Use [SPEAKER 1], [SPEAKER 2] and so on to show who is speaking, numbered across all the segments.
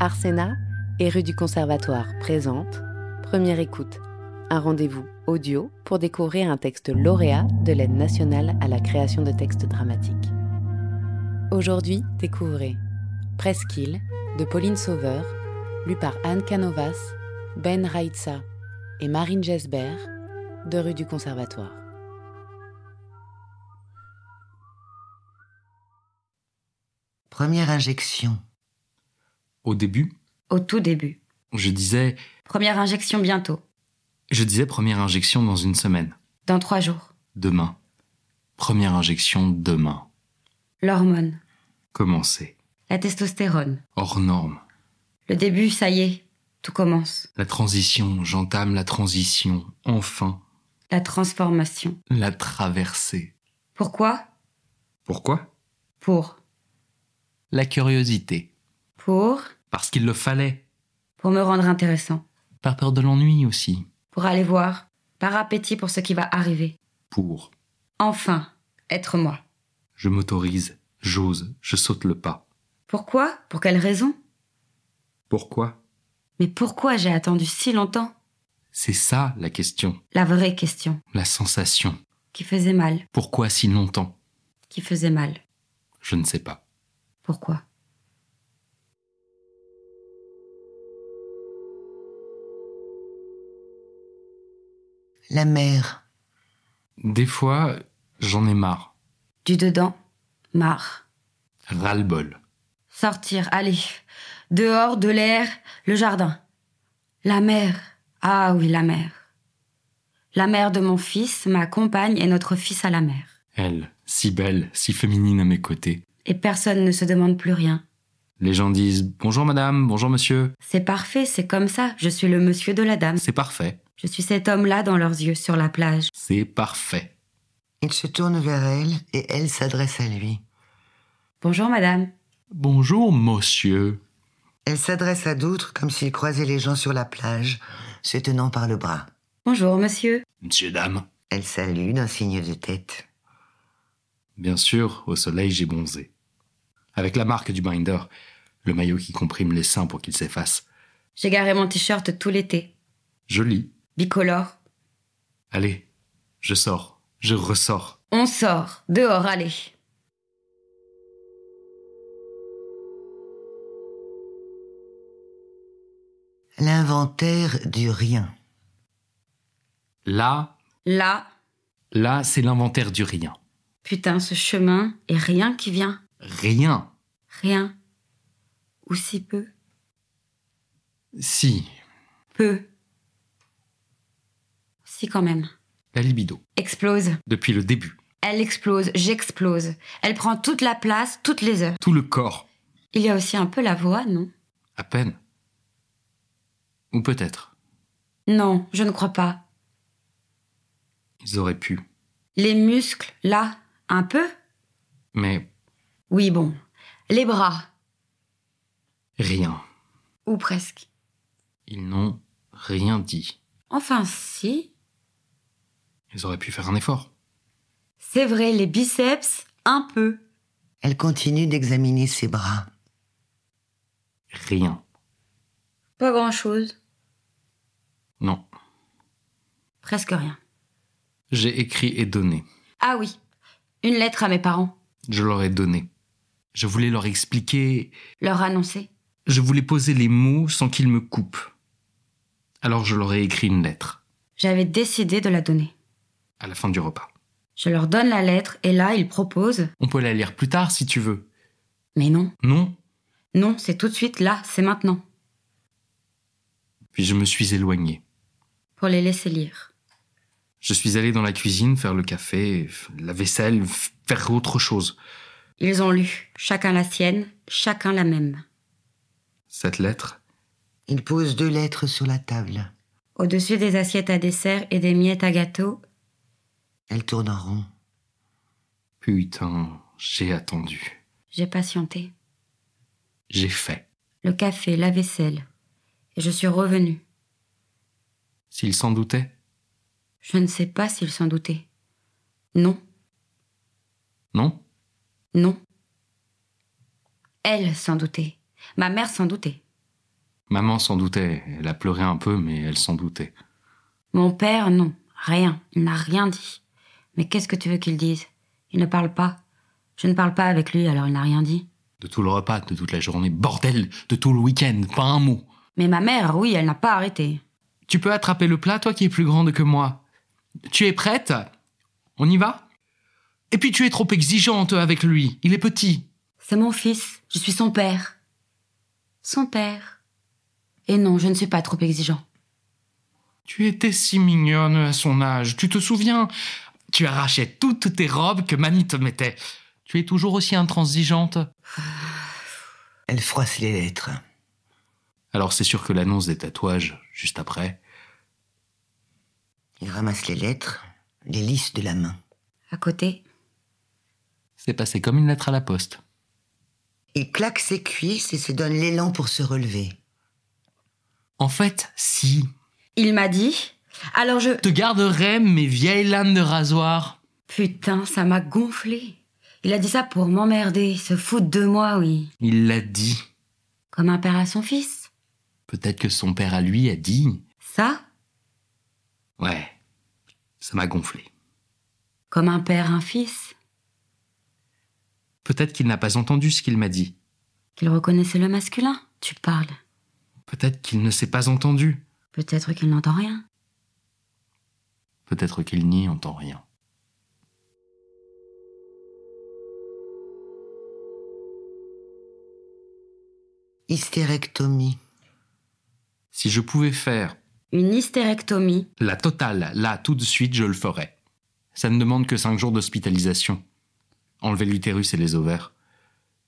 [SPEAKER 1] Arsena et rue du Conservatoire présente Première écoute, un rendez-vous audio pour découvrir un texte lauréat de l'aide nationale à la création de textes dramatiques. Aujourd'hui, découvrez Presqu'île de Pauline Sauveur, lu par Anne Canovas, Ben Raitsa et Marine Gesbert de rue du Conservatoire.
[SPEAKER 2] Première injection.
[SPEAKER 3] Au début,
[SPEAKER 4] Au tout début.
[SPEAKER 3] je disais,
[SPEAKER 4] Première injection bientôt.
[SPEAKER 3] je disais première injection dans une semaine,
[SPEAKER 4] Dans trois jours.
[SPEAKER 3] demain. Première injection demain.
[SPEAKER 4] L'hormone.
[SPEAKER 3] Commencer.
[SPEAKER 4] La testostérone.
[SPEAKER 3] Hors norme.
[SPEAKER 4] Le début, ça y est. Tout commence.
[SPEAKER 3] La transition, j'entame la transition. Enfin,
[SPEAKER 4] La transformation.
[SPEAKER 3] la traversée.
[SPEAKER 4] Pourquoi
[SPEAKER 3] Pourquoi
[SPEAKER 4] Pour.
[SPEAKER 3] La curiosité.
[SPEAKER 4] Pour.
[SPEAKER 3] Parce qu'il le fallait.
[SPEAKER 4] Pour me rendre intéressant.
[SPEAKER 3] Par peur de l'ennui aussi.
[SPEAKER 4] Pour aller voir. Par appétit pour ce qui va arriver.
[SPEAKER 3] Pour.
[SPEAKER 4] Enfin. Être moi.
[SPEAKER 3] Je m'autorise. J'ose. Je saute le pas.
[SPEAKER 4] Pourquoi Pour quelle raison
[SPEAKER 3] Pourquoi
[SPEAKER 4] Mais pourquoi j'ai attendu si longtemps
[SPEAKER 3] C'est ça la question.
[SPEAKER 4] La vraie question.
[SPEAKER 3] La sensation.
[SPEAKER 4] Qui faisait mal.
[SPEAKER 3] Pourquoi si longtemps
[SPEAKER 4] Qui faisait mal.
[SPEAKER 3] Je ne sais pas.
[SPEAKER 4] Pourquoi
[SPEAKER 2] La mer.
[SPEAKER 3] Des fois, j'en ai marre.
[SPEAKER 4] Du dedans. Marre.
[SPEAKER 3] Ras-le-bol.
[SPEAKER 4] Sortir, aller. Dehors, de l'air, le jardin. La mer. Ah oui, la mer. La mère de mon fils, ma compagne et notre fils à la mer.
[SPEAKER 3] Elle, si belle, si féminine à mes côtés.
[SPEAKER 4] Et personne ne se demande plus rien.
[SPEAKER 3] Les gens disent Bonjour madame, bonjour monsieur.
[SPEAKER 4] C'est parfait, c'est comme ça. Je suis le monsieur de la dame.
[SPEAKER 3] C'est parfait,
[SPEAKER 4] Je suis cet homme-là dans leurs yeux sur la plage.
[SPEAKER 3] c'est parfait.
[SPEAKER 2] Il se tourne vers elle et elle s'adresse à lui.
[SPEAKER 4] Bonjour, madame.
[SPEAKER 3] Bonjour monsieur.
[SPEAKER 2] Elle s'adresse à d'autres comme s'il croisait les gens sur la plage, se tenant par le bras.
[SPEAKER 4] Bonjour, monsieur.
[SPEAKER 3] Monsieur, dame.
[SPEAKER 2] Elle salue d'un signe de tête.
[SPEAKER 3] Bien sûr, au soleil, j'ai bronzé. Avec la marque du binder, le maillot qui comprime les seins pour qu'ils s'effacent.
[SPEAKER 4] J'ai garé mon t-shirt tout l'été.
[SPEAKER 3] Joli.
[SPEAKER 4] Bicolore.
[SPEAKER 3] Allez, je sors, je ressors.
[SPEAKER 4] On sort. Dehors, allez.
[SPEAKER 2] L'inventaire du rien.
[SPEAKER 3] Là,
[SPEAKER 4] Là.
[SPEAKER 3] là, c'est l'inventaire du rien.
[SPEAKER 4] Putain, ce chemin. Et rien qui vient.
[SPEAKER 3] Rien.
[SPEAKER 4] Rien. Ou si peu.
[SPEAKER 3] Si,
[SPEAKER 4] Peu. Si quand même.
[SPEAKER 3] la libido.
[SPEAKER 4] Explose.
[SPEAKER 3] Depuis le début,
[SPEAKER 4] Elle explose, j'explose. Elle prend toute la place, toutes les heures.
[SPEAKER 3] tout le corps,
[SPEAKER 4] Il y a aussi un peu la voix, non
[SPEAKER 3] à peine. Ou peut-être,
[SPEAKER 4] Non, je ne crois pas.
[SPEAKER 3] ils auraient pu.
[SPEAKER 4] Les muscles, là, un peu
[SPEAKER 3] Mais
[SPEAKER 4] Oui, bon. Les bras,
[SPEAKER 3] rien.
[SPEAKER 4] ou presque.
[SPEAKER 3] Ils n'ont rien dit.
[SPEAKER 4] Enfin, si.
[SPEAKER 3] Ils auraient pu faire un effort.
[SPEAKER 4] C'est vrai, les biceps, un peu.
[SPEAKER 2] Elle continue d'examiner ses bras.
[SPEAKER 3] Rien.
[SPEAKER 4] Pas grand-chose.
[SPEAKER 3] Non.
[SPEAKER 4] Presque rien.
[SPEAKER 3] J'ai écrit et donné.
[SPEAKER 4] Ah oui, une lettre à mes parents.
[SPEAKER 3] Je leur ai donné. Je voulais leur expliquer.
[SPEAKER 4] Leur annoncer.
[SPEAKER 3] Je voulais poser les mots sans qu'ils me coupent. Alors je leur ai écrit une lettre.
[SPEAKER 4] J'avais décidé de la donner.
[SPEAKER 3] À la fin du repas.
[SPEAKER 4] Je leur donne la lettre et là, ils proposent.
[SPEAKER 3] On peut la lire plus tard si tu veux.
[SPEAKER 4] Mais non.
[SPEAKER 3] Non.
[SPEAKER 4] Non, c'est tout de suite là, c'est maintenant.
[SPEAKER 3] Puis je me suis éloigné.
[SPEAKER 4] Pour les laisser lire.
[SPEAKER 3] Je suis allé dans la cuisine faire le café, f- la vaisselle, f- faire autre chose.
[SPEAKER 4] Ils ont lu, chacun la sienne, chacun la même.
[SPEAKER 3] Cette lettre,
[SPEAKER 2] Il pose deux lettres sur la table.
[SPEAKER 4] Au-dessus des assiettes à dessert et des miettes à gâteau,
[SPEAKER 2] Elle tourne en rond.
[SPEAKER 3] putain, j'ai attendu.
[SPEAKER 4] j'ai patienté.
[SPEAKER 3] J'ai fait.
[SPEAKER 4] Le café, la vaisselle. Et je suis revenue.
[SPEAKER 3] S'ils s'en doutaient
[SPEAKER 4] Je ne sais pas s'ils s'en doutaient. Non,
[SPEAKER 3] Non
[SPEAKER 4] non. Elle s'en doutait. Ma mère s'en doutait.
[SPEAKER 3] Maman s'en doutait, elle a pleuré un peu, mais elle s'en doutait.
[SPEAKER 4] Mon père, non, rien, il n'a rien dit. Mais qu'est-ce que tu veux qu'il dise Il ne parle pas. Je ne parle pas avec lui, alors il n'a rien dit.
[SPEAKER 3] De tout le repas, de toute la journée, bordel, de tout le week-end, pas un mot.
[SPEAKER 4] Mais ma mère, oui, elle n'a pas arrêté.
[SPEAKER 3] Tu peux attraper le plat, toi qui es plus grande que moi. Tu es prête On y va Et puis tu es trop exigeante avec lui, il est petit.
[SPEAKER 4] C'est mon fils, je suis son père. Son père. Et non, je ne suis pas trop exigeant.
[SPEAKER 3] Tu étais si mignonne à son âge, tu te souviens Tu arrachais toutes tes robes que mamie te mettait. Tu es toujours aussi intransigeante.
[SPEAKER 2] Elle froisse les lettres.
[SPEAKER 3] Alors c'est sûr que l'annonce des tatouages, juste après,
[SPEAKER 2] Il ramasse les lettres, les lisse de la main.
[SPEAKER 4] À côté,
[SPEAKER 3] c'est passé comme une lettre à la poste.
[SPEAKER 2] Il claque ses cuisses et se donne l'élan pour se relever.
[SPEAKER 3] En fait, si,
[SPEAKER 4] il m'a dit. Alors je.
[SPEAKER 3] te garderais mes vieilles lames de rasoir.
[SPEAKER 4] Putain, ça m'a gonflé. Il a dit ça pour m'emmerder, se foutre de moi, oui.
[SPEAKER 3] Il l'a dit.
[SPEAKER 4] Comme un père à son fils.
[SPEAKER 3] Peut-être que son père à lui a dit.
[SPEAKER 4] Ça,
[SPEAKER 3] Ouais, ça m'a gonflé.
[SPEAKER 4] comme un père à un fils.
[SPEAKER 3] Peut-être qu'il n'a pas entendu ce qu'il m'a dit.
[SPEAKER 4] Qu'il reconnaissait le masculin. Tu parles.
[SPEAKER 3] Peut-être qu'il ne s'est pas entendu.
[SPEAKER 4] Peut-être qu'il n'entend rien.
[SPEAKER 3] Peut-être qu'il n'y entend rien.
[SPEAKER 2] Hystérectomie.
[SPEAKER 3] Si je pouvais faire
[SPEAKER 4] Une hystérectomie.
[SPEAKER 3] la totale, là, tout de suite, je le ferais. Ça ne demande que cinq jours d'hospitalisation. Enlever l'utérus et les ovaires.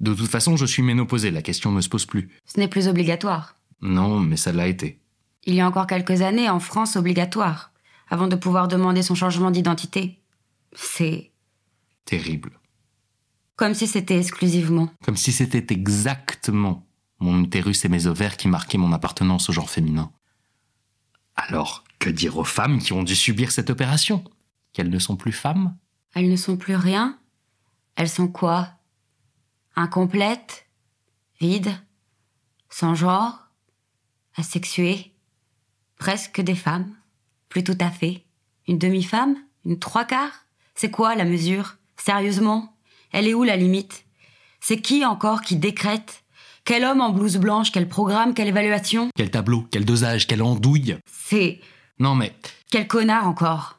[SPEAKER 3] De toute façon, je suis ménopausée, la question ne se pose plus.
[SPEAKER 4] Ce n'est plus obligatoire.
[SPEAKER 3] Non, mais ça l'a été.
[SPEAKER 4] Il y a encore quelques années, en France, obligatoire. Avant de pouvoir demander son changement d'identité. C'est
[SPEAKER 3] Terrible.
[SPEAKER 4] comme si c'était exclusivement.
[SPEAKER 3] Comme si c'était exactement mon utérus et mes ovaires qui marquaient mon appartenance au genre féminin. Alors, que dire aux femmes qui ont dû subir cette opération Qu'elles ne sont plus femmes
[SPEAKER 4] Elles ne sont plus rien. Elles sont quoi Incomplètes, vides, sans genre, asexuées, presque des femmes, plus tout à fait. Une demi-femme Une trois quarts C'est quoi la mesure Sérieusement Elle est où la limite C'est qui encore qui décrète Quel homme en blouse blanche Quel programme Quelle évaluation
[SPEAKER 3] Quel tableau Quel dosage Quelle andouille
[SPEAKER 4] C'est
[SPEAKER 3] Non mais,
[SPEAKER 4] quel connard encore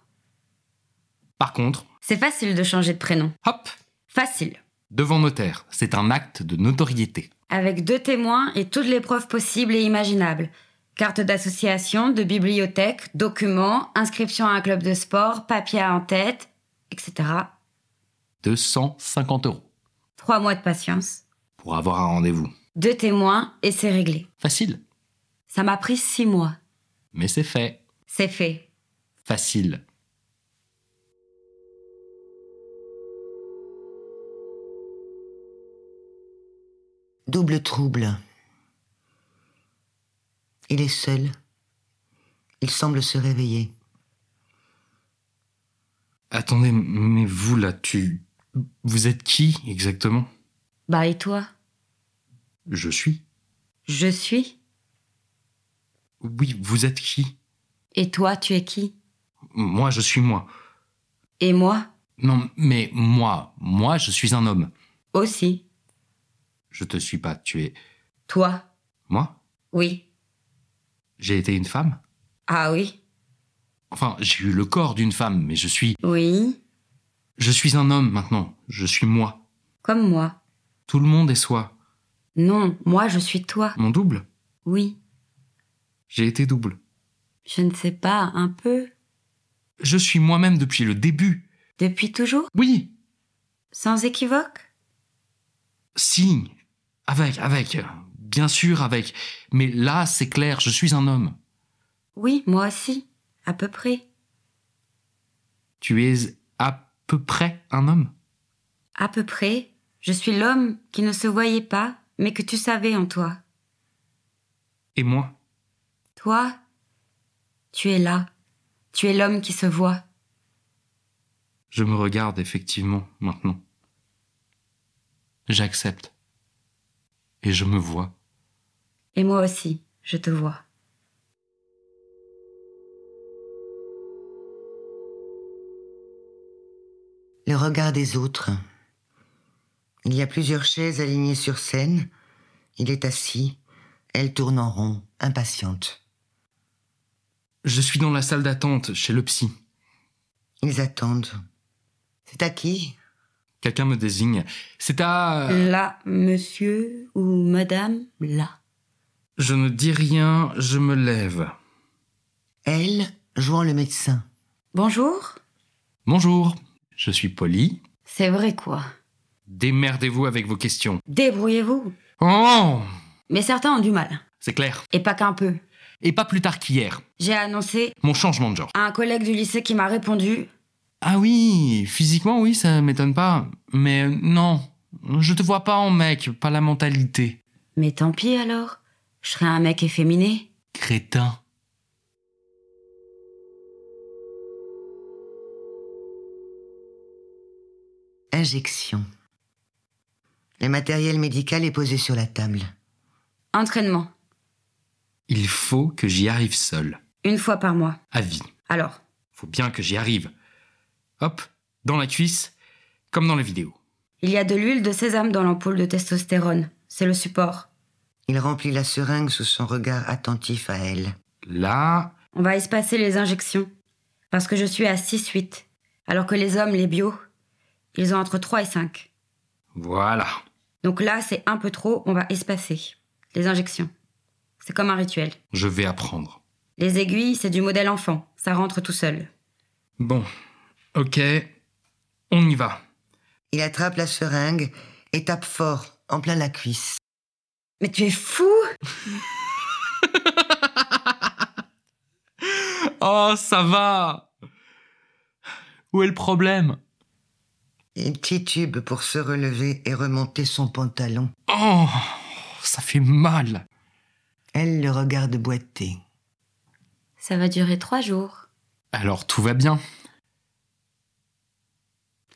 [SPEAKER 3] par contre,
[SPEAKER 4] C'est facile de changer de prénom.
[SPEAKER 3] hop,
[SPEAKER 4] Facile.
[SPEAKER 3] devant notaire, c'est un acte de notoriété.
[SPEAKER 4] avec deux témoins et toutes les preuves possibles et imaginables. Carte d'association, de bibliothèque, documents, inscription à un club de sport, papier en tête, etc.
[SPEAKER 3] 250 euros
[SPEAKER 4] Trois mois de patience.
[SPEAKER 3] pour avoir un rendez-vous.
[SPEAKER 4] Deux témoins et c'est réglé.
[SPEAKER 3] Facile,
[SPEAKER 4] Ça m'a pris six mois.
[SPEAKER 3] mais c'est fait.
[SPEAKER 4] C'est fait.
[SPEAKER 3] Facile.
[SPEAKER 2] Double trouble. Il est seul. Il semble se réveiller.
[SPEAKER 3] Attendez, mais vous là, tu... Vous êtes qui exactement
[SPEAKER 4] Bah et toi
[SPEAKER 3] Je suis.
[SPEAKER 4] Je suis
[SPEAKER 3] Oui, vous êtes qui
[SPEAKER 4] Et toi, tu es qui
[SPEAKER 3] Moi, je suis moi.
[SPEAKER 4] Et moi
[SPEAKER 3] Non, mais moi, moi, je suis un homme.
[SPEAKER 4] Aussi.
[SPEAKER 3] Je te suis pas, tu es...
[SPEAKER 4] Toi
[SPEAKER 3] Moi
[SPEAKER 4] Oui.
[SPEAKER 3] J'ai été une femme
[SPEAKER 4] Ah oui
[SPEAKER 3] Enfin, j'ai eu le corps d'une femme, mais je suis...
[SPEAKER 4] Oui.
[SPEAKER 3] Je suis un homme maintenant. Je suis moi.
[SPEAKER 4] Comme moi.
[SPEAKER 3] Tout le monde est soi.
[SPEAKER 4] Non, moi je suis toi.
[SPEAKER 3] Mon double
[SPEAKER 4] Oui.
[SPEAKER 3] J'ai été double.
[SPEAKER 4] Je ne sais pas, un peu.
[SPEAKER 3] Je suis moi-même depuis le début.
[SPEAKER 4] Depuis toujours
[SPEAKER 3] Oui,
[SPEAKER 4] Sans équivoque
[SPEAKER 3] si. Avec, avec. Bien sûr, avec. Mais là, c'est clair, je suis un homme.
[SPEAKER 4] Oui, moi aussi, à peu près.
[SPEAKER 3] Tu es à peu près un homme
[SPEAKER 4] À peu près, je suis l'homme qui ne se voyait pas, mais que tu savais en toi.
[SPEAKER 3] Et moi
[SPEAKER 4] Toi, tu es là. Tu es l'homme qui se voit.
[SPEAKER 3] Je me regarde effectivement maintenant. J'accepte. Et je me vois.
[SPEAKER 4] Et moi aussi, je te vois.
[SPEAKER 2] Le regard des autres. Il y a plusieurs chaises alignées sur scène. Il est assis. Elle tourne en rond, impatiente.
[SPEAKER 3] Je suis dans la salle d'attente, chez le psy.
[SPEAKER 2] Ils attendent. C'est à qui
[SPEAKER 3] Quelqu'un me désigne. C'est à...
[SPEAKER 4] Là, monsieur ou madame, là.
[SPEAKER 3] Je ne dis rien, je me lève.
[SPEAKER 2] Elle, jouant le médecin.
[SPEAKER 4] Bonjour
[SPEAKER 3] Bonjour, je suis poli.
[SPEAKER 4] C'est vrai quoi
[SPEAKER 3] Démerdez-vous avec vos questions.
[SPEAKER 4] Débrouillez-vous
[SPEAKER 3] Oh
[SPEAKER 4] Mais certains ont du mal.
[SPEAKER 3] C'est clair.
[SPEAKER 4] Et pas qu'un peu.
[SPEAKER 3] Et pas plus tard qu'hier,
[SPEAKER 4] J'ai annoncé
[SPEAKER 3] mon changement de genre.
[SPEAKER 4] à un collègue du lycée qui m'a répondu
[SPEAKER 3] Ah oui, physiquement oui, ça m'étonne pas. Mais euh, non, je te vois pas en mec, pas la mentalité.
[SPEAKER 4] Mais tant pis alors, je serai un mec efféminé.
[SPEAKER 3] Crétin.
[SPEAKER 2] Injection. Le matériel médical est posé sur la table.
[SPEAKER 4] Entraînement,
[SPEAKER 3] Il faut que j'y arrive seul,
[SPEAKER 4] une fois par mois.
[SPEAKER 3] à vie.
[SPEAKER 4] Alors,
[SPEAKER 3] Faut bien que j'y arrive. Hop, dans la cuisse, comme dans la vidéo.
[SPEAKER 4] il y a de l'huile de sésame dans l'ampoule de testostérone. C'est le support.
[SPEAKER 2] Il remplit la seringue sous son regard attentif à elle.
[SPEAKER 3] Là,
[SPEAKER 4] On va espacer les injections. Parce que je suis à 6-8. Alors que les hommes, les bio, ils ont entre 3 et 5.
[SPEAKER 3] voilà.
[SPEAKER 4] Donc là, c'est un peu trop, on va espacer. Les injections. C'est comme un rituel.
[SPEAKER 3] Je vais apprendre.
[SPEAKER 4] Les aiguilles, c'est du modèle enfant. Ça rentre tout seul.
[SPEAKER 3] Bon, ok, on y va.
[SPEAKER 2] Il attrape la seringue et tape fort, en plein la cuisse.
[SPEAKER 4] Mais tu es fou
[SPEAKER 3] Oh, ça va Où est le problème
[SPEAKER 2] Il titube pour se relever et remonter son pantalon.
[SPEAKER 3] Oh, ça fait mal.
[SPEAKER 2] Elle le regarde boiter.
[SPEAKER 4] Ça va durer trois jours.
[SPEAKER 3] Alors tout va bien.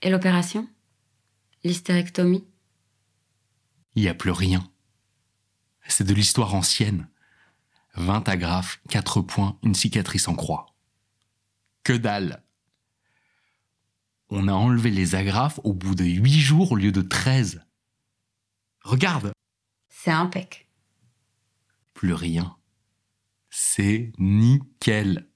[SPEAKER 4] Et l'opération L'hystérectomie
[SPEAKER 3] Il n'y a plus rien. C'est de l'histoire ancienne. 20 agrafes, 4 points, une cicatrice en croix. Que dalle On a enlevé les agrafes au bout de 8 jours au lieu de 13. Regarde
[SPEAKER 4] C'est impec.
[SPEAKER 3] Plus rien. C'est nickel.